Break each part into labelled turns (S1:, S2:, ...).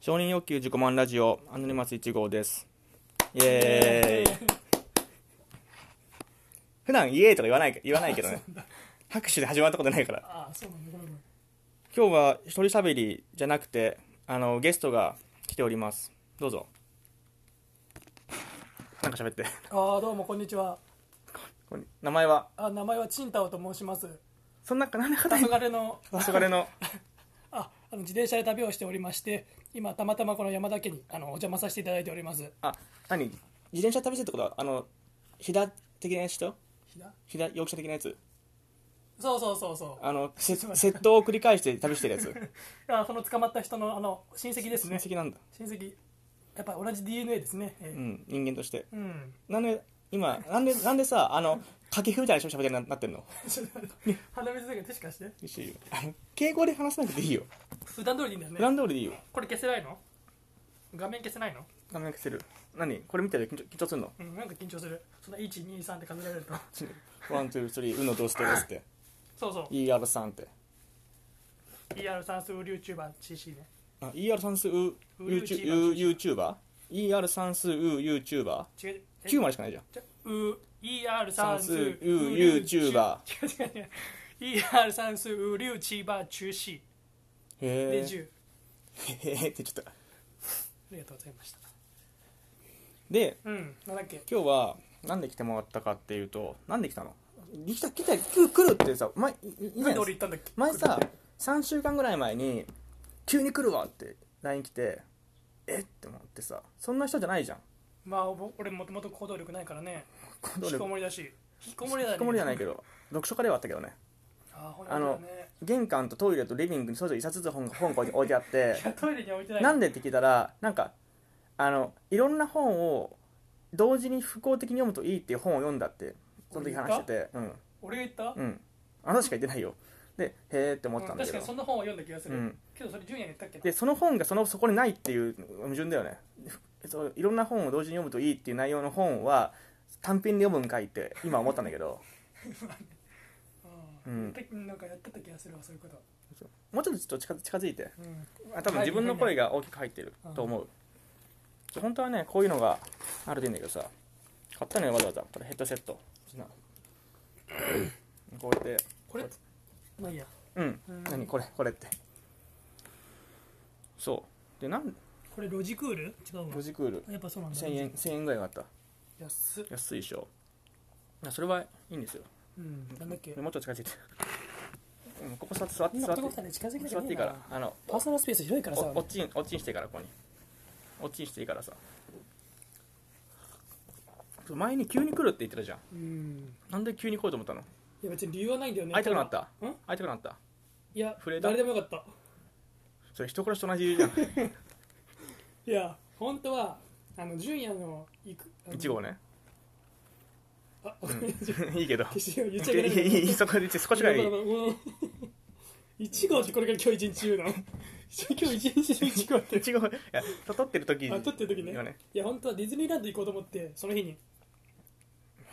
S1: 承認欲求自己満ラジオアノニマス1号ですイエーイ 普段イエーイとか言わない言わないけど ね拍手で始まったことないから
S2: ああそうなんだごめんごめん
S1: 今日は一人喋りじゃなくてあのゲストが来ておりますどうぞなんか喋って
S2: ああどうもこんにちは
S1: これ名前は
S2: あ名前はチンタオと申します
S1: そんななんな方
S2: 黄昏の
S1: れ の
S2: ああの自転車で旅をしておりまして今たまたまこの山田家にあのお邪魔させていただいております
S1: あ何自転車旅してってことはあの飛騨的な人
S2: ひな
S1: 飛騨容器者的なやつ
S2: そうそうそうそう
S1: あのせ窃盗を繰り返して旅してるやつ
S2: あその捕まった人のあの親戚です
S1: 親
S2: ね
S1: 戚なんだ
S2: 親戚やっぱ同じ DNA ですねえ
S1: う
S2: ー
S1: ん人間として
S2: うん、
S1: なんで今なんでなんでさあの掛布みたいな人喋りになってんの
S2: ちょっと待って鼻水だけど手しかして
S1: 嬉しいよあの敬語で話さなくていいよ
S2: 普段通りでいいんだよ
S1: 普
S2: ね
S1: 段通りでいいよ
S2: これ消せないの画面消せないの
S1: 画面消せる何これ見たら緊張緊張するの
S2: うんなんか緊張するその123って数えられると
S1: ワンツースリーうのどうしてですって
S2: そうそう
S1: ER さんって
S2: ER 算数 YouTuberCC ね
S1: あ ER 算数う
S2: う
S1: YouTuber ER 算数う YouTuber
S2: 違うえ
S1: 9までしかないじゃん
S2: じゃう ER
S1: 算
S2: 算
S1: 数
S2: 数
S1: う
S2: う
S1: YouTuber
S2: 違う違う違う ER 算数う YouTuber 中止で
S1: へえ
S2: 10
S1: へえってちょっと
S2: ありがとうございました
S1: で
S2: うんなんだっけ
S1: 今日はなんで来てもらったかっていうとなんで来たの来た来た来る来るってさ前いいい
S2: な
S1: なんい
S2: で俺言ったんだっけ
S1: 前さ3週間ぐらい前に「急に来るわ」って LINE 来てえって思ってさそんな人じゃないじゃん
S2: まあぼ俺もともと行動力ないからね
S1: 行
S2: 引きこ
S1: 引
S2: もりだし引きこもりだね
S1: きこもりじゃないけど読書家ではあったけどね
S2: あほん
S1: あの
S2: とだね
S1: 玄関とトイレとリビングにそれぞれ一冊ずつ本が本が置いてあって
S2: いやトイレ には置いてない
S1: なんでって聞いたらなんかあのいろんな本を同時に複合的に読むといいっていう本を読んだってその時話しててうん
S2: 俺が言った、
S1: うんあなたしか言ってないよでへーって思ってた
S2: うんん
S1: だ
S2: 確
S1: けど
S2: かにそんな本を読んだ気がする、
S1: うん
S2: けどそれ純也に言ったっけな
S1: でその本がそのそこにないっていう矛盾だよねふそういろんな本を同時に読むといいっていう内容の本は単品で読むんかいって今思ったんだけ ど
S2: う
S1: うん
S2: ん、言ったなんかやってた気がするわそういうこと、
S1: もうちょっとちょっと近づ近づいて
S2: うん、
S1: あ多分自分の声が大きく入ってると思う本当はねこういうのがあるといいんだけどさ買ったのよわざわざこれヘッドセットなこうやって
S2: これまあいいや
S1: うん
S2: うん
S1: 何これこれってそうでなん
S2: これロジクール違うわ
S1: ロジクール
S2: やっぱそうなんだ
S1: 1000円1000円ぐらいがあった
S2: 安っ
S1: 安いでしょいやそれはいいんですよ
S2: うんなんだっけ
S1: もうちょっと近づいてうんここ座って座って
S2: 今
S1: 座って
S2: 男さんに近づいて
S1: 座っていいからあの
S2: パーソナルスペース広いからさ
S1: おおっちんおっちんしてからここにおっちんしていいからさそう前に急に来るって言ってたじゃん
S2: うん
S1: なんで急に来ようと思ったの
S2: いや別に理由はないんだよね
S1: 会いたくなった
S2: ん
S1: 会いたくなった
S2: いや
S1: 触れた
S2: 誰でもよかった
S1: それ人殺しと同じ理由じ ゃん
S2: いや本当はあの純也の行くあの
S1: 1号ね
S2: あ ごめん決
S1: いいけど
S2: して言
S1: い
S2: っちゃいけない
S1: いいいいそこで少しぐらいいい
S2: 1号ってこれから今日一日言うの今日一日の1号って
S1: 1号いや撮ってる時
S2: あ撮ってる時ね
S1: よね
S2: いや本当はディズニーランド行こうと思ってその日に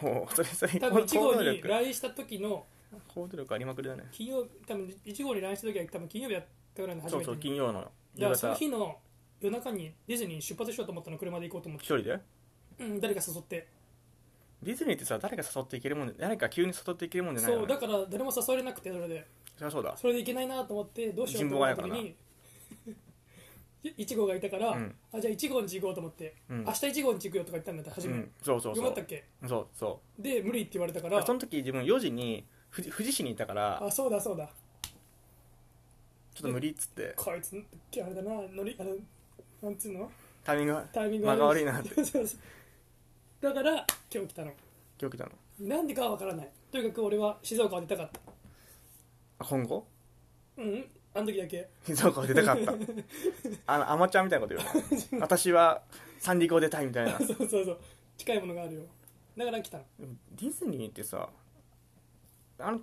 S1: もうそれそれ
S2: 多分1号
S1: 行動
S2: に
S1: 力
S2: 来した時の
S1: 行動力ありまくりだね
S2: 金曜多分1号に来した時は多分金曜日だったぐらいの初
S1: そ
S2: め
S1: うそ
S2: て
S1: う金曜の
S2: だ
S1: 夕
S2: からその
S1: 方
S2: 日の夜中にディズニーに出発しようと思ったの車で行こうと思っ
S1: 一
S2: て、
S1: 人で
S2: うん、誰か誘って
S1: ディズニーってさ誰か誘っていけるもんで誰か急に誘っていけるもんじゃない
S2: そ
S1: よ
S2: う
S1: ね
S2: だから誰も誘われなくてそれで
S1: そりゃそうだ
S2: それで行けないなと思ってどうしようと思った時に1号が いたから、
S1: うん
S2: あじゃあ1号に行こうと思って、
S1: うん
S2: 明日1号に行くよとか言ったんだって初
S1: う
S2: め、
S1: んそうそうそ
S2: よか
S1: う
S2: ったっけ
S1: そうそ
S2: で無理って言われたか
S1: う
S2: ら
S1: その時自分4時に富士富士市にいたから
S2: あそうだそうだ
S1: ちょっと無理っつって
S2: こいつあれだな乗りあのなんつうの
S1: タイミングが
S2: タイミング
S1: 間が悪いなって
S2: そうそうそうだから今日来たの
S1: 今日来たの
S2: なんでかは分からないとにかく俺は静岡を出たかった
S1: あ今後
S2: うんあの時だけ
S1: 静岡を出たかったあのアマちゃんみたいなこと言う の私は三陸を出たいみたいな
S2: そうそうそう近いものがあるよだから来たの
S1: でもディズニーってさあの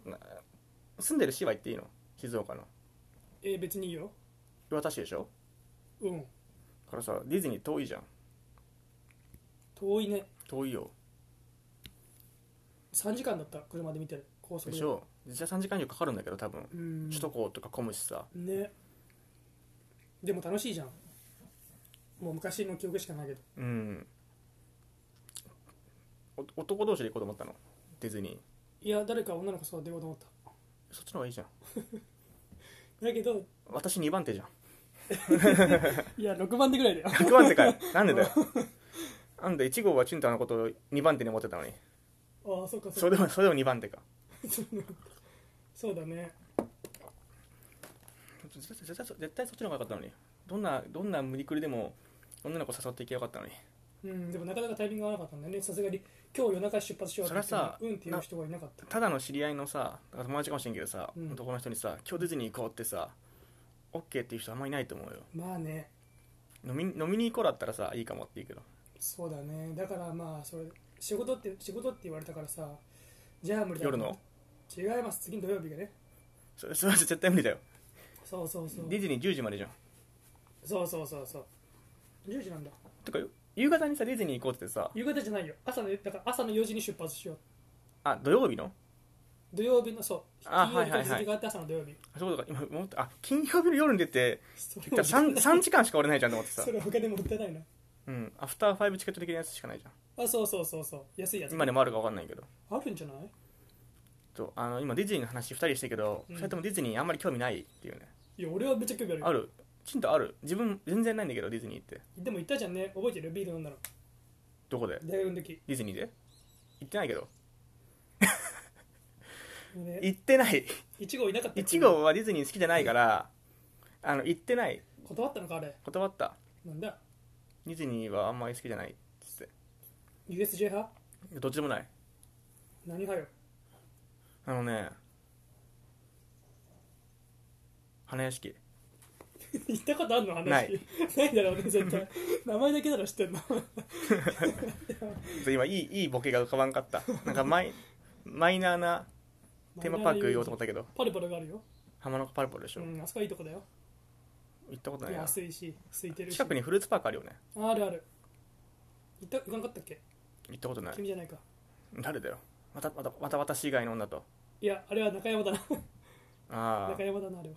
S1: 住んでる市は行っていいの静岡の
S2: えー、別にいいよ
S1: 磐田市でしょ
S2: うん
S1: だからさディズニー遠いじゃん
S2: 遠いね
S1: 遠いよ
S2: 3時間だった車で見てる高速
S1: でしょ実際3時間以上かかるんだけど多分
S2: うん
S1: 首都高とか混むしさ
S2: ねでも楽しいじゃんもう昔の記憶しかないけど
S1: うんお男同士で行こうと思ったのディズニー
S2: いや誰か女の子育てようと思った
S1: そっちの方がいいじゃん
S2: だけど
S1: 私2番手じゃ ん
S2: いや6番手ぐらい だよ
S1: 100番手かよなんでだ よなんで1号はチュンタのことを2番手に思ってたのに
S2: ああそっかそっか
S1: それでもそれでも2番手か
S2: そうだね
S1: 絶対絶対絶対そっちの方が良かったのにどんなどんな無理くりでも女の子誘っていけばよかったのに
S2: うんでもなかなかタイミングが合わなかったんだよねさすがに今日夜中出発しようと思って
S1: そりゃさ
S2: うんっていう人がいなかった
S1: ただの知り合いのさ友達かもしれんけどさ、
S2: うん
S1: 男の人にさ「今日ディズニー行こう」ってさ OK っていう人あんまいないと思うよ
S2: まあね
S1: 飲み飲みに行こうだったらさいいかもって言うけど
S2: そうだねだからまあそれ仕事って仕事って言われたからさじゃあ無理だ
S1: 夜の
S2: 違います次の土曜日がね
S1: そそれは絶対無理だよ
S2: そうそうそう
S1: ディズニー10時までじゃん
S2: そうそうそうそう10時なんだ
S1: とか夕方にさディズニー行こうってさ
S2: 夕方じゃないよ朝のだから朝の4時に出発しよう
S1: あ土曜日の
S2: 土曜日のそう
S1: あ
S2: 金曜日
S1: はい
S2: と
S1: はい
S2: 日
S1: はい
S2: 付があって朝の土曜日
S1: あそういうことか今思ったあ金曜日の夜に出て
S2: そ
S1: 行ったら 3, 3時間しか俺ないじゃんと思ってさ
S2: そ、れ他でも売ってないな
S1: うん、アフター5チケットできるやつしかないじゃん
S2: あそうそうそうそう安いやつ
S1: 今でもあるか分かんないけど
S2: あるんじゃない
S1: とあの今ディズニーの話2人してるけど、
S2: うん
S1: 2人ともディズニーあんまり興味ないっていうね
S2: いや俺はめっちゃ興味あるよ
S1: あるちんとある自分全然ないんだけどディズニーって
S2: でも言ったじゃんね覚えてるビール飲んだの
S1: どこで
S2: 大学の時
S1: ディズニーで行ってないけど
S2: で
S1: 行ってない
S2: 1号いなかったっけ
S1: 1号はディズニー好きじゃないからあの行ってない
S2: 断ったのかあれ
S1: 断った
S2: なんだ
S1: ディズニーはあんまり好きじゃないっつっ
S2: USJ 派
S1: てどっちでもない
S2: 何派よ
S1: あのね花屋敷
S2: 行ったことあんの話
S1: ない
S2: ないだろうね 絶対名前だけだろ知ってんの
S1: 今いいいいボケが浮かばんかったなんかマイ マイナーな テーマパーク言おうと思ったけど
S2: パルパルがあるよ、
S1: 浜のパルポでし
S2: う
S1: ょ、
S2: ん、あそこはいいとこだよ
S1: 行ったことないな
S2: 安いし空いてるし
S1: 近くにフルーツパークあるよね
S2: あるある行った行かなかったっけ
S1: 行ったことない
S2: 君じゃないか
S1: 誰だよまたまたまた私以外の女と
S2: いやあれは中山だな
S1: ああ
S2: 中山だなあれは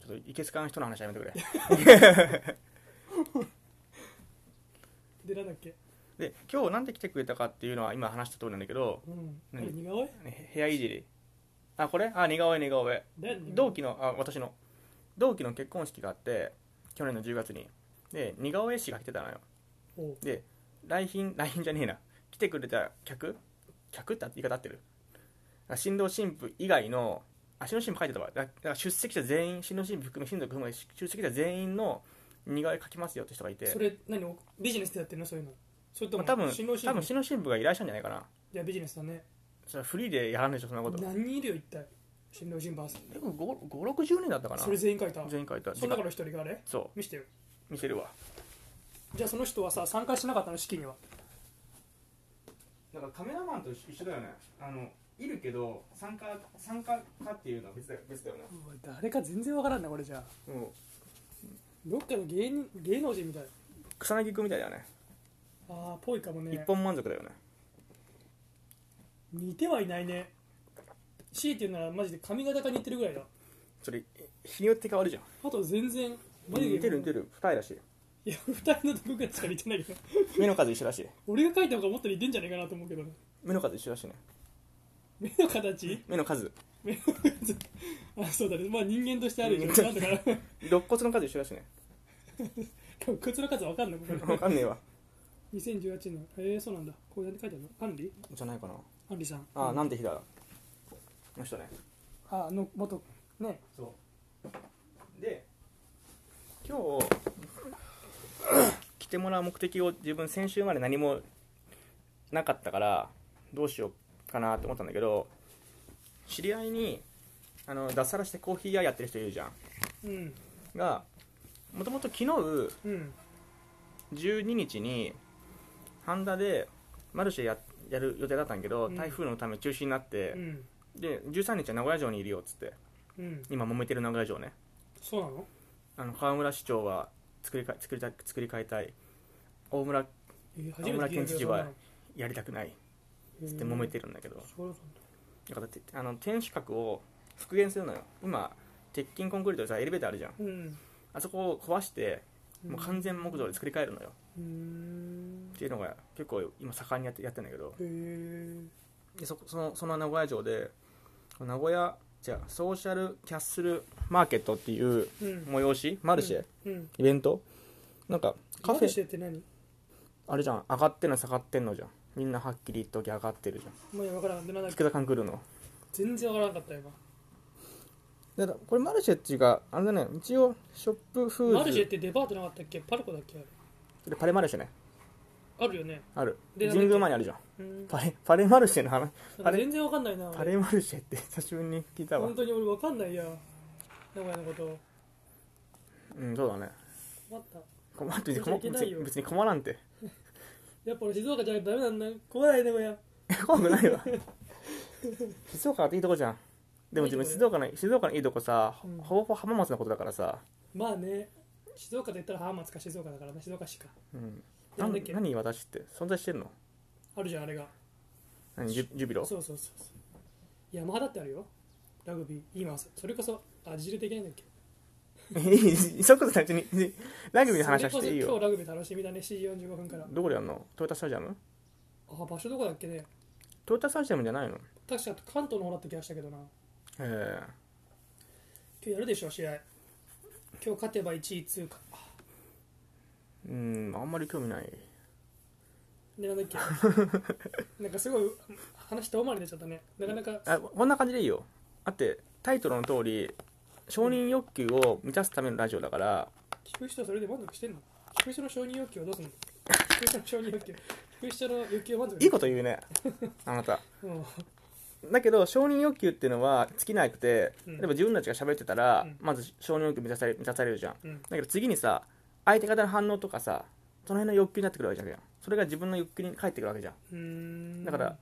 S1: ちょっといけつかん人の話やめてくれ
S2: 出らなっけ
S1: で今日なんで来てくれたかっていうのは今話した通りなんだけど、
S2: うんあ
S1: 何
S2: れ似顔絵
S1: ね部屋いじりあこれあ似顔絵似顔絵
S2: 誰
S1: 同期のあ私の同期の結婚式があって去年の10月にで似顔絵師が来てたのよ
S2: おう
S1: で来賓来賓じゃねえな来てくれた客客って言い方合ってるあ新郎新婦以外のあ新郎新婦書いてたわだだから出席者全員新郎新婦含め新郎含め出席者全員の似顔絵描きますよって人がいて
S2: それ何おビジネスでやってるのそういうのそれと
S1: ま
S2: も
S1: あ、多分
S2: 新郎新
S1: 多
S2: 婦
S1: 分
S2: い
S1: 新郎新婦がいらっしゃるんじゃないかな
S2: やビジネスだね
S1: それはフリーでやらないでしょそんなこと
S2: 何人いるよ一体新郎新婦合わせて
S1: でも560年だったかな
S2: それ全員書いた
S1: 全員描いた
S2: その中の一人があれ
S1: そ
S2: 見してよ
S1: う見せるわ
S2: じゃあその人はさ参加しなかったの式には
S1: だからカメラマンと一緒だよねあのいるけど参加参加かっていうのは別だよ別だよね
S2: 誰か全然わからんなこれじゃあ
S1: うん
S2: どっかの芸人芸能人みたい
S1: 草薙君みたいだよね
S2: ああぽいかもね
S1: 一本満足だよね
S2: 似てはいないね C っていうならマジで髪型が似てるぐらいだ
S1: それ日によって変わるじゃん
S2: あと全然眉毛
S1: 似てる似てる二重だし
S2: いや二人のとこぐらいしか似てないけど
S1: 目の数一緒だし
S2: 俺が描いた方がもっと似てんじゃないかなと思うけどね
S1: 目の数一緒だしね
S2: 目の形
S1: 目の数
S2: 目の形あそうだねまあ人間としてあるよなんだから
S1: 肋骨の数一緒だしね
S2: こいつの数わかんないこれ
S1: 分かんね えわ
S2: 2018年えー、そうなんだこうやって書いてあるのアンリ
S1: じゃないかな
S2: アンリさん
S1: ああなんて日だこの人ね
S2: あの元ね
S1: そうで今日 来てもらう目的を自分先週まで何もなかったからどうしようかなって思ったんだけど知り合いにあの脱サラしてコーヒー屋やってる人いるじゃん
S2: うん
S1: がもともと昨日
S2: うん
S1: 12日にハンダでマルシェややる予定だったんやけど、
S2: うん
S1: 台風のため中止になって
S2: う、ん
S1: で13日は名古屋城にいるよっつって
S2: うん
S1: 今揉めてる名古屋城ね
S2: そうなの
S1: あの川村市長は作りか作りた作り変えたい大村
S2: えー、初
S1: 大村
S2: めて聞
S1: 県
S2: いた
S1: 知
S2: け
S1: 事
S2: ど
S1: はやりたくないっつって揉めてるんだけど
S2: そうなんだ
S1: だからてあの天守閣を復元するのよ今鉄筋コンクリートでさエレベーターあるじゃん
S2: うん
S1: あそこを壊してもう完全木造で作り変えるのよ
S2: うーん
S1: っていうのが結構今盛んにやってやってんだけど
S2: へえ
S1: でそそのその名古屋城で名古屋じゃあソーシャルキャッスルマーケットっていう
S2: うん
S1: 催しマルシェ、
S2: うん
S1: イベントなんかカ
S2: カ
S1: フ
S2: フ
S1: ェ
S2: ェしてって何
S1: あれじゃん上がってんの下がってんのじゃんみんなはっきり言っとき上がってるじゃ
S2: もう分からんなんだ
S1: ん
S2: っけ
S1: 菊田勘来るの
S2: 全然分からなかったよ
S1: だからこれマルシェっていうかあれだね一応ショップフー
S2: 今
S1: ズ
S2: マルシェってデパートなかったっけパルコだっけあれ
S1: でパレマルシェね
S2: あるよね
S1: ある
S2: で
S1: 神宮前にあるじゃん
S2: うん
S1: パレパレマルシェの話
S2: なん
S1: パ
S2: か
S1: レ
S2: 全然分かんないな
S1: パレマルシェって久しぶりに聞いたわ
S2: 本当に俺分かんないや名古屋のこと
S1: うんそうだね
S2: 困った
S1: 困って
S2: それ
S1: 困
S2: いけないよ
S1: 別に困らんて
S2: やっぱ俺静岡じゃダメなんだ怖ない名古屋
S1: 怖くないわ静岡っていいとこじゃんでも自分
S2: いいとこ
S1: 静岡の静岡のいいとこさ、
S2: うん
S1: ほぼほぼ浜松のことだからさ、
S2: まあね静岡と言ったら浜松か静岡だからね静岡市か
S1: うん、
S2: な
S1: なんん
S2: だっけ
S1: 何私って存在してんの
S2: あるじゃんあれが
S1: 何ジュジュビロ
S2: そうそうそうそう山だってあるよラグビー今それこそあジルできないんだっ け
S1: いいそういうことない別にラグビーの話はしていい
S2: それこそ今
S1: よ
S2: 日ラグビー楽しみだね7時45分から
S1: どこでやるのトヨタスタジアム
S2: あ場所どこだっけね
S1: トヨタスタジアムじゃないのへ
S2: 確か関東の方だった気がしたけどな今
S1: え
S2: 日やるでしょ試合今日勝てば1位通過
S1: うんあんまり興味ない
S2: でなんだ っけなんかすごい話遠回りになっちゃったねなかなか
S1: あこんな感じでいいよあってタイトルの通り承認欲求を満たすためのラジオだから
S2: 聞く人それで満足してんの聞く人の承認欲求はどうすんの聞く人の承認欲求聞く人の欲求は満足
S1: いいこと言うねあなた
S2: と、うん
S1: だけど承認欲求っていうのは尽きなくて
S2: う
S1: 例
S2: ん
S1: えば自分たちが喋ってたら、
S2: うん
S1: まず承認欲求満たされ満たされるじゃん
S2: うん、
S1: だけど次にさ相手方の反応とかさその辺の欲求になってくるわけじゃんそれが自分の欲求に返ってくるわけじゃん
S2: うーん
S1: だから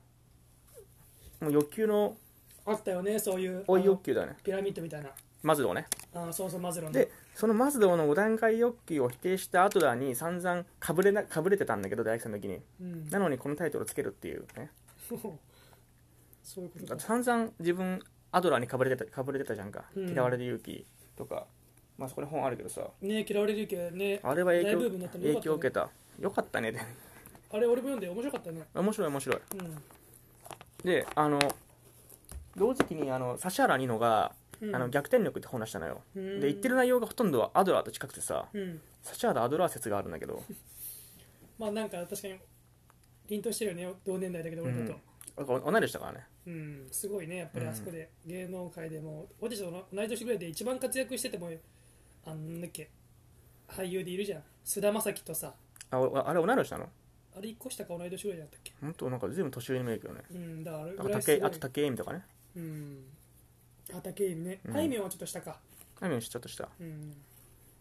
S1: もう欲求の
S2: あったよねそういう
S1: 追い
S2: あの
S1: 欲求だね
S2: ピラミッドみたいな
S1: マズローね
S2: あーそうそうマズローの
S1: でそのマズローの5段階欲求を否定した後だに散々かぶれなかぶれてたんだけど大学生の時に
S2: うん、
S1: なのにこのタイトルをつけるっていうね
S2: そういうこ
S1: だ
S2: と
S1: って
S2: か
S1: 散々自分アドラーにかぶれてたかぶれてたじゃんか、
S2: うん
S1: 嫌われる勇気とかまあそこに本あるけどさ
S2: ね嫌われるけどね
S1: あれは影
S2: 大ブ
S1: 響
S2: ームになったのよ
S1: 影
S2: かったね
S1: 響を受けたよかったね
S2: あれ俺も読んで面白かったね
S1: 面白い面白い
S2: うん
S1: であの同時期にあの指原莉乃が、
S2: うん
S1: あの逆転力って本出したのよ、
S2: うん
S1: で言ってる内容がほとんどはアドラーと近くてさ、
S2: うん
S1: 指原アドラー説があるんだけど
S2: まあなんか確かに凛としてるよね同年代だけど俺だと
S1: なんか同い年でしたからね
S2: うん、すごいねやっぱりあそこで芸能界でも俺たちと同い年ぐらいで一番活躍しててもあんなんだっけ俳優でいるじゃん菅田将暉とさ
S1: あおあれ同い年なの
S2: あれ1個下か同い年ぐらいだったっけ
S1: 本当なんか随分年上に見えるけどね
S2: うんだからあれ
S1: な
S2: ぐ
S1: ん
S2: ら
S1: か竹
S2: いすご
S1: あ
S2: い
S1: と竹井絵美とかね
S2: うんあ竹井ね
S1: うん
S2: あいみょんはちょっと下か
S1: あいみょん知っちゃっとした
S2: うん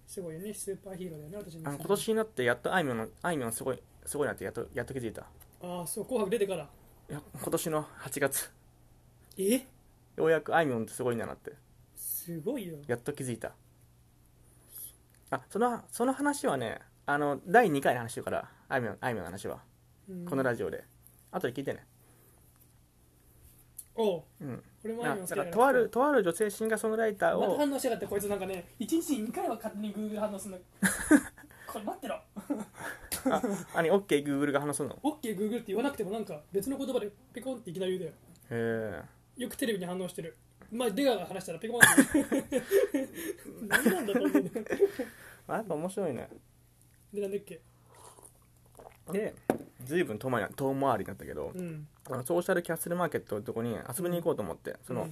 S2: すごいよねスーパーヒーローだよね私
S1: あの今年になってやっとあいみょんのあいみょんすごいすごいなってやっとやっと気づいた
S2: ああそう「紅白」出てから
S1: いや今年の8月
S2: え
S1: ようやくあいみょんってすごいんだなって
S2: すごいよ
S1: やっと気づいたあそのその話はねあの第2回の話だからあいみょんあいみょんの話はこの
S2: ら
S1: ラジオで後で聞いてね
S2: おう
S1: うん
S2: 俺もあ
S1: ない
S2: みょ
S1: だ
S2: ん
S1: からとあるとある女性シンガーソングライター
S2: また
S1: を
S2: 反応しやがってこいつなんかね1日に2回は勝手に Google 反応するのこれ待ってろ
S1: あに OKGoogle が話すの
S2: OKGoogle って言わなくてもなんか別の言葉でペコンっていきなり言うだよ
S1: へ
S2: よくテレビに反応してるまあ出川が話したらペコンって 何なんだと思うね
S1: えあやっぱ面白いね
S2: でなんだっけ
S1: で随分遠回りな遠回りになったけど
S2: うん
S1: あのソーシャルキャッスルマーケットのとこに遊びに行こうと思ってその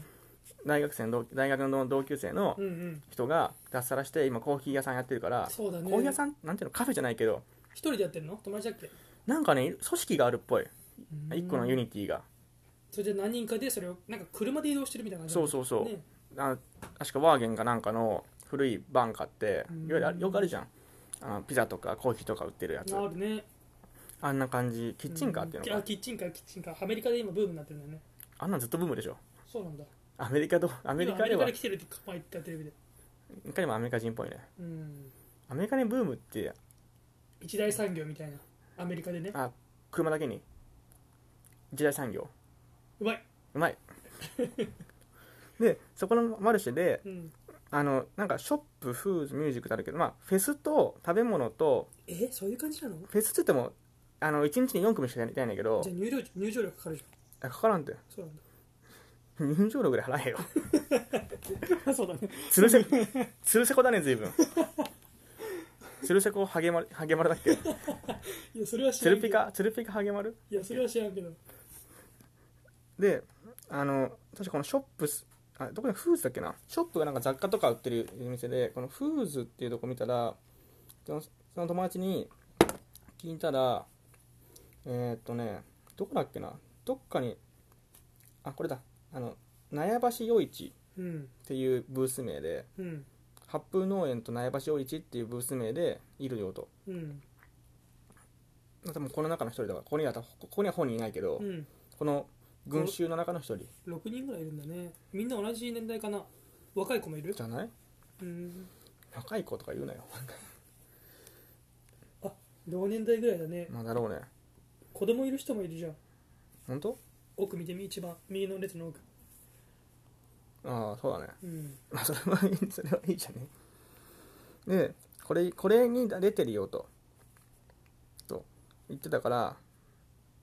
S1: 大学生の同大学の同級生の
S2: うんうん
S1: 人が脱サラして今コーヒー屋さんやってるから
S2: そうだね
S1: コーヒー屋さんなんていうのカフェじゃないけど
S2: 一人でやってるの友達だっけ
S1: なんかね組織があるっぽい
S2: うん
S1: 1個のユニティが
S2: それで何人かでそれをなんか車で移動してるみたいな感じ
S1: そうそうそう、
S2: ね
S1: あ確かワーゲンかなんかの古いバン買って
S2: うん
S1: いわゆるあよくあるじゃんあのピザとかコーヒーとか売ってるやつ
S2: あるね
S1: あんな感じキッチンカーっていうの
S2: ん
S1: が
S2: あキッチンカーキッチンカーアメリカで今ブームになってるんだよね
S1: あんなんずっとブームでしょ
S2: そうなんだ
S1: アメリカとアメリ
S2: 今
S1: カでは
S2: アメリカで来てるって前言ったテレビで
S1: いかにもアメリカ人っぽいね
S2: うん
S1: アメリカにブームって
S2: 一大産業みたいなアメリカでね
S1: あ車だけに一大産業
S2: うまいう
S1: まいでそこのマルシェで
S2: うん
S1: あのなんかショップフーズミュージックってあるけど、まあ、フェスと食べ物と
S2: えそういう感じなの
S1: フェスっつってもあの1日に4組しかやりたいんだけど
S2: じゃあ入場入場料かかるじゃ
S1: あかからんって
S2: んそうなんだ
S1: 入場料ぐらい払えよ
S2: あ そうだね
S1: つるせつるせこだね随分つるせこハゲマルハゲマルだっけ
S2: いやそれは知
S1: つ
S2: らん
S1: る
S2: け
S1: ピ
S2: ど
S1: カつるピカハゲマル
S2: いやそれは知らんけど
S1: であの確かこのショップスあどこだフーズだっけなショップがなんか雑貨とか売ってる店でこのフーズっていうとこ見たらそのその友達に聞いたらえー、っとねどこだっけなどっかにあこれだあの苗場市夜市
S2: うん
S1: っていうブース名で
S2: うん
S1: 八風農園と苗場市夜市っていうブース名でいるよと
S2: うん
S1: 多分この中の一人だからここにはここには本人いないけど、
S2: うん
S1: この群衆の中の一人
S2: 6人ぐらいいるんだねみんな同じ年代かな若い子もいる
S1: じゃない
S2: うん
S1: 若い子とか言うなよ
S2: 同年代ぐらいだね
S1: まあだろうね
S2: 子供いる人もいるじゃん
S1: 本当
S2: 奥見てみ一番右の列の奥
S1: ああそうだね
S2: うん
S1: まあそれはいいそれはいいじゃねでこれこれに出てるよとと言ってたから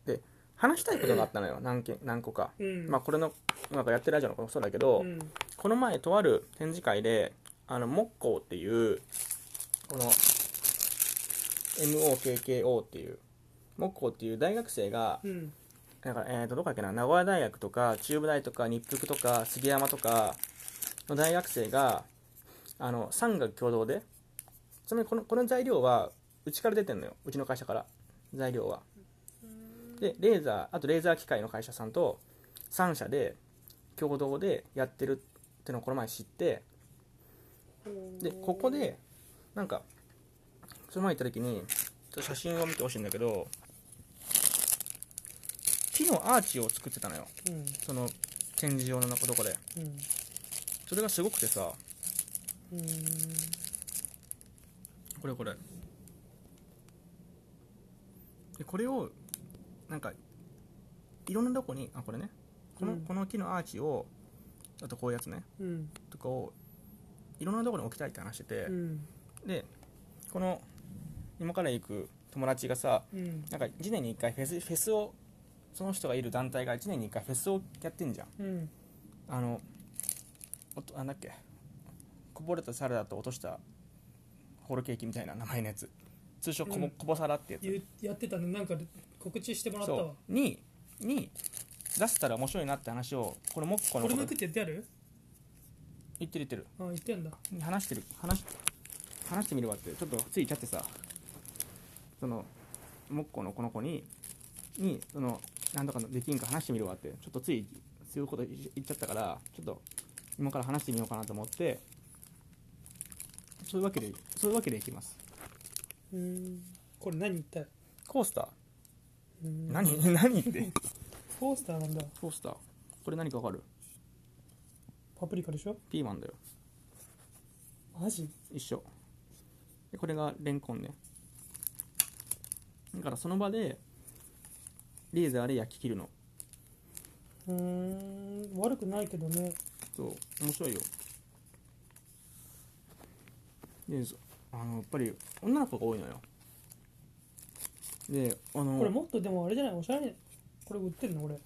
S1: で話したいことがあったのよ何件何個か、
S2: うん
S1: まあこれのなんかやってるラジオのこともそうだけど、
S2: うん
S1: この前とある展示会であのモッコーっていうこの MOKKO っていうモッコーっていう大学生が
S2: うん
S1: だから、えー、とどこだっけな名古屋大学とか中部大とか日福とか杉山とかの大学生があの産学共同でちなみにこのこの材料はうちから出てんのようちの会社から材料はでレーザーあとレーザー機械の会社さんと3社で共同でやってるってのをこの前知ってでここでなんかその前行った時にちょっと写真を見てほしいんだけど木のアーチを作ってたのよ
S2: うん
S1: その展示場の中どこで
S2: うん
S1: それがすごくてさ
S2: うん
S1: これこれでこれをなんかいろんなとこにあこれねこの,、
S2: うん
S1: この木のアーチをあとこういうやつね
S2: うん
S1: とかをいろんなとこに置きたいって話してて
S2: う、ん
S1: でこの今から行く友達がさ
S2: うん
S1: なんか1年に1回フェスフェスをその人がいる団体が1年に1回フェスをやってんじゃん
S2: うん
S1: あのおとあなんだっけこぼれたサラダと落としたホールケーキみたいな名前のやつ通称こぼ,、
S2: うん
S1: こぼサラってやつ
S2: ゆやってたのなんかで告知してもらったわ
S1: そうにに出せたら面白いなって話をこれもっこの
S2: これ
S1: こ
S2: も
S1: と
S2: 行くってやってやる
S1: 言ってる言ってる
S2: あ言ってんだ
S1: 話してる話し話してみればってちょっとついちゃってさそのもっこのこの子ににその何とかできんか話してみるわってちょっとついそういうこと言っ言っちゃったからちょっと今から話してみようかなと思ってそういうわけでそういうわけでいきます
S2: うんこれ何言った
S1: コースター
S2: うん
S1: 何何って
S2: コースターなんだ
S1: コースターこれ何かわかる
S2: パプリカでしょ
S1: ピーマンだよ
S2: マジ
S1: 一緒でこれがレンコンねだからその場でレーザーで焼き切るの
S2: うーん悪くないけどね
S1: そう面白いよでそあのやっぱり女の子が多いのよであの
S2: これもっとでもあれじゃないおしゃれこれ売ってるのこれ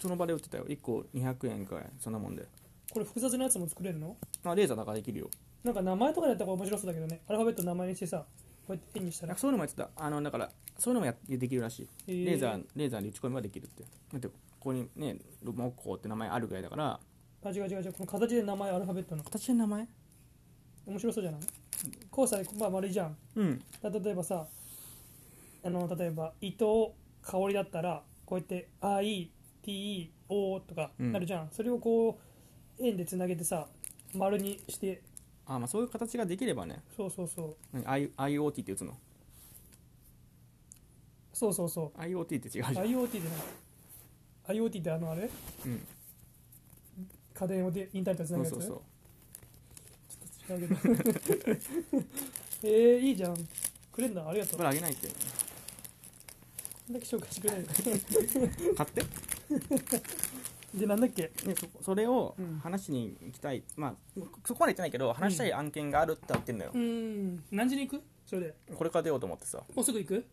S1: その場で売ってたよ1個200円かいそんなもんで
S2: これ複雑なやつも作れるの
S1: まあレーザーだからできるよ
S2: なんか名前とかでやった方が面白そうだけどねアルファベットの名前にしてさこうやって絵にし
S1: な
S2: た
S1: ん
S2: ら
S1: かそういうのもやってたあのだからそういうのもやできるらしい
S2: えー
S1: レーザーレーザーに打ち込みができるってだってここにねロモッコーって名前あるぐらいだから
S2: あ違う違う違うこの形で名前アルファベットの
S1: 形の名前
S2: 面白そうじゃない交際まあ丸いじゃん
S1: うん
S2: だ例えばさあの例えば伊藤香織だったらこうやって ITO とか
S1: うん
S2: なるじゃん、それをこう円でつなげてさ丸にして
S1: あまあそういう形ができればね
S2: そうそうそう
S1: 何 I- IoT って打つの
S2: そうそうそう
S1: IoT って違うじゃん、
S2: IoT じゃない IoT ってあのあれ
S1: うん、
S2: 家電をでインターネットでつな
S1: そ
S2: げ
S1: う
S2: るやつ
S1: そうそう
S2: 違うけど えー、いいじゃんくれんだありがとう
S1: これあげないって
S2: こんだけ紹介してくれないの
S1: 買って
S2: でなんだっけ
S1: でそそれを
S2: うん
S1: 話しに行きたい、まあそこまで言ってないけど話したい案件があるってなってんのよ
S2: う、ーん何時に行くそれで
S1: これから出ようと思ってさ
S2: もうすぐ行く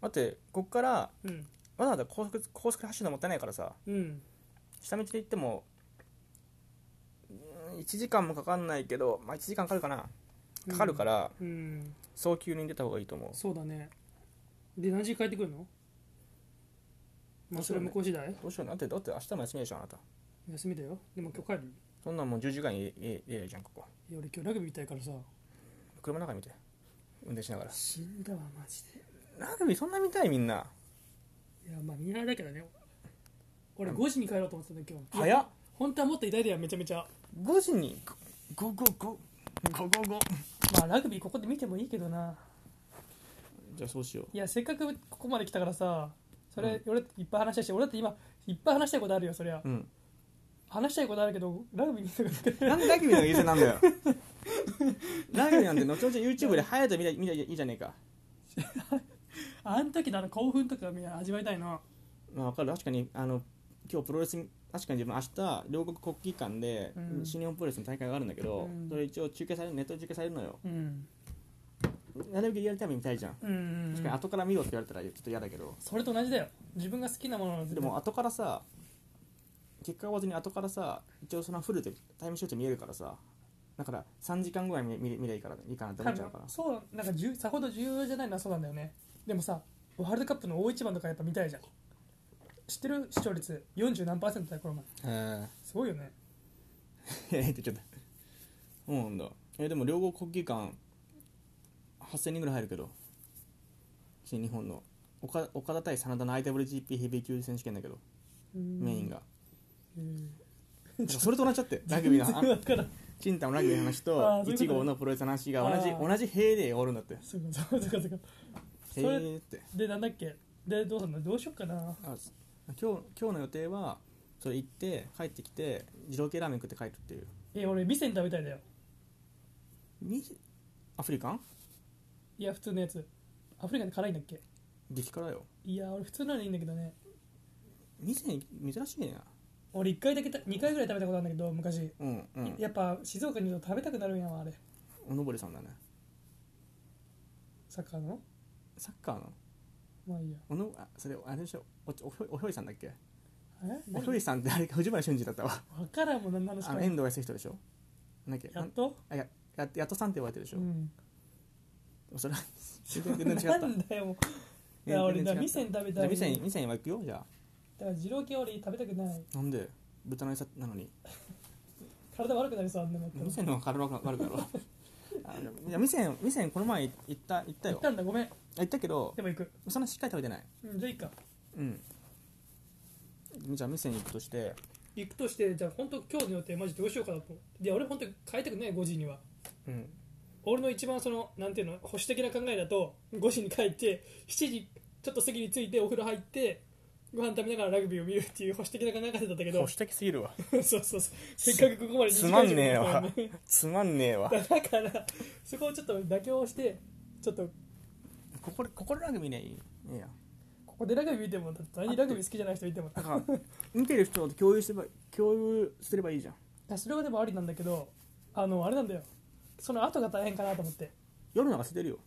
S1: だってこっから
S2: うん
S1: わざわざ高速高速で走るのもったいないからさ
S2: うん
S1: 下道で行ってもうん1時間もかかんないけど、まあ、1時間かかるかなかかるから
S2: うん
S1: 早急に出た方がいいと思う、
S2: そうだねで何時に帰ってくるのまあそれは向こう次第
S1: どうしようなんてだって明日も休みでしょあなた
S2: 休みだよでも今日帰る
S1: そんなんもう10時間いいいいじゃんここ
S2: いや俺今日ラグビー見たいからさ
S1: 車の中見て運転しながら
S2: 死んだわマジで
S1: ラグビーそんな見たいみんない
S2: やまあ見習いだけどね俺5時に帰ろうと思ってたんだ今日
S1: 早っ
S2: 本当はもっと痛いだよめちゃめちゃ
S1: 5時に5 5 5 5 5 5
S2: まあラグビーここで見てもいいけどな
S1: じゃあそうしよう
S2: いやせっかくここまで来たからさそれ、俺いっぱい話したいし俺だって今いっぱい話したいことあるよそりゃ、
S1: うん
S2: 話したいことあるけどラグビー見たくなく て
S1: なんでラグビーの優勢なんだよ ラグビーなんて後々 YouTube で早いと見た見たらいいじゃねえか
S2: あの時のあの興奮とかみんな味わいたいな
S1: まあ分かる確かにあの今日プロレス確かに自分明日両国国技館で
S2: うん
S1: 新日本プロレスの大会があるんだけど、
S2: うん
S1: それ一応中継されるネットで中継されるのよ
S2: うん
S1: なるべくリアルタイムに見たいじゃん
S2: うんうん
S1: 確かに後から見ろって言われたらちょっと嫌だけど、
S2: それと同じだよ自分が好きなものを
S1: でも後からさ結果は別に後からさ一応そのフルでタイムショット見えるからさだから3時間ぐらい見見見ればいいからいいかなって思
S2: 多
S1: っちゃう
S2: 分
S1: から
S2: そうなんか重さほど重要じゃないのはそうなんだよねでもさワールドカップの大一番とかやっぱ見たいじゃん知ってる視聴率40何パーセントだよこの前
S1: へ
S2: すごいよね
S1: えってちょっとそうなんだえでも両国国技館8000人ぐらい入るけど新日本の岡岡田対真田の IWGP ヘビー級選手権だけどメイン がなんかそれと同じだってラグビーのあ
S2: だからん
S1: チンタのラグビーの話
S2: あー
S1: と
S2: そういうことね
S1: 1号のプロレスの話が同じ
S2: あー
S1: 同じ塀でおるんだってへ
S2: そうかそうかそうかそうかそ
S1: え
S2: れ
S1: って
S2: でなんだっけでどうすんのどうしよっかな
S1: あす今日今日の予定はそれ行って帰ってきて二郎系ラーメン食って帰るっていう
S2: え俺店に食べたいだよ
S1: みアフリカン
S2: いや普通のやつアフリカで辛いんだっけ
S1: 激辛よ
S2: いや俺普通なのいいんだけどね
S1: 店珍しいね
S2: 俺1回だけた2回ぐらい食べたことあるんだけど昔
S1: うんうん
S2: やっぱ静岡にいると食べたくなるんやわあれ
S1: おのぼりさんだね
S2: サッカーの
S1: サッカーの
S2: まあいいや
S1: おのあそれあれでしょおちおひょいおひょいさんだっけ
S2: え
S1: お
S2: 何
S1: ひょいさんってあれか藤原俊二だったわ
S2: わからんもん何の話
S1: あ
S2: か
S1: の遠藤が人でしょなんだっけ
S2: や
S1: な
S2: っ
S1: ん
S2: と
S1: あやややっとさんって呼ばれてるでし
S2: う
S1: ょ、
S2: ん
S1: それは全然
S2: な
S1: 違った
S2: んだよもうい
S1: 全然違った
S2: や俺だから店に食べ
S1: じゃ
S2: た
S1: あ
S2: い
S1: 店に
S2: だ
S1: 店には行くよじゃあ
S2: から二郎系俺食べたくない
S1: なんで豚の餌なのに
S2: 体悪くなりそうあんなの
S1: ミセンの方が体悪くなるわ あでもいやミセンミセンこの前行った行った
S2: 行
S1: よ
S2: ったんだごめん
S1: 行ったけど
S2: でも行く
S1: そんなしっかり食べてない
S2: うんじゃあいいか
S1: うんじゃあミセン行くとして
S2: 行くとしてじゃあ本当今日の予定マジどうしようかなといや俺本当に変えたくない5時には
S1: うん
S2: 俺の一番そのなんていうの保守的な考えだと5時に帰って7時ちょっと過ぎに着いてお風呂入ってご飯食べながらラグビーを見るっていう保守的な考え方だったけ
S1: 保
S2: ど
S1: 守的すぎる わ
S2: そうそうそうせっかくここまで
S1: つまんねえ
S2: わ
S1: わつまんねえわ
S2: だからそこをちょっと妥協してちょっと
S1: ここここラグビーねいいいいや
S2: ここでラグビー見てもだって何ラグビー好きじゃない人いても
S1: だから見てる人と共有すれば共有すればいいじゃん
S2: それはでもありなんだけどあのあれなんだよその後が大変かなと思って
S1: 夜なんか捨てるよ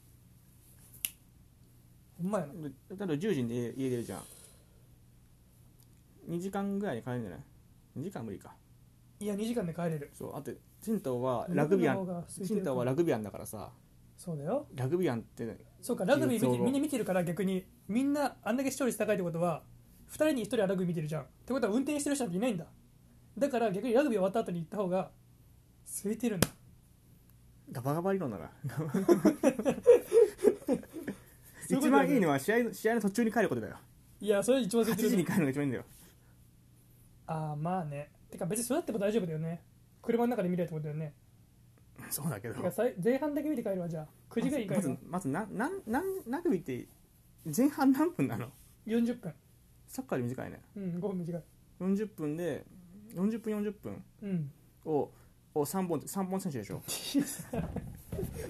S2: ほんまやな
S1: で例えば10時に家家出るじゃん2時間ぐらいに帰るんじゃない2時間は無理か
S2: いや2時間で帰れる
S1: そうあとチンタオはラグビア
S2: ラグビーの方
S1: ン
S2: が空いて
S1: チ
S2: る
S1: ンタオはラグビアンだからさ
S2: そうだよ
S1: ラグビアンって
S2: そうかラグビー見
S1: そう
S2: て
S1: そう
S2: みんな見てるから逆にみんなあんだけ視聴率高いってことは2人に1人はラグビー見てるじゃんってことは運転してる人なんていないんだだから逆にラグビー終わった後に行った方が空いてるんだ
S1: ガバガバ理論だ な
S2: そういうこと
S1: 一番いいのは試合の試合の途中に帰ることだよ
S2: いやそれ一番空
S1: 8
S2: いて
S1: 時
S2: る
S1: に帰
S2: ね
S1: るのが一番いいんだよ
S2: ああまあねてか別にそれだっても大丈夫だよね車の中で見れるってことだよね
S1: そうだけど
S2: てかさい前半だけ見て帰るわじゃあ9時ぐらいに帰
S1: ま
S2: る
S1: ず
S2: わ
S1: まずなななラグビーって前半何分なの
S2: 40分
S1: サッカーより短いね
S2: うん5分短い
S1: 40分で40分40分
S2: うん
S1: をを3本三本選手で しょ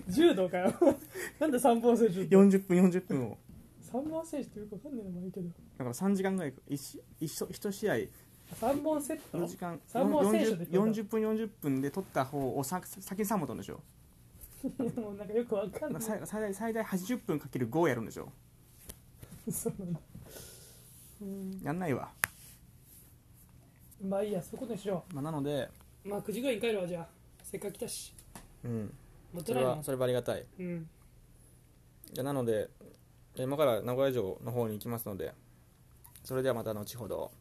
S2: 柔道かよなんで3本選手って
S1: 40分40分を
S2: 3本選手ってよくわかんないのもいいけど
S1: だから3時間ぐらい一一緒一試合
S2: 3本セット
S1: 4時間
S2: 三本選手で
S1: 40, 40分40分で取った方をさ先に3本取るんでしょ
S2: もうなんかよくわかん
S1: だか
S2: な
S1: ら最
S2: い
S1: 最大最大80分かける5やるんでしょ
S2: そうなんだうん
S1: やんないわ、
S2: まあいいやそういうことにしよ
S1: まあ、なので
S2: うまあ9時ぐらいに帰るわじゃあせっかく来たし
S1: うん
S2: もっ
S1: そ
S2: たい
S1: れ
S2: ないも
S1: は
S2: ん
S1: それはありがたい
S2: うん
S1: いやなので今から名古屋城の方に行きますのでそれではまた後ほど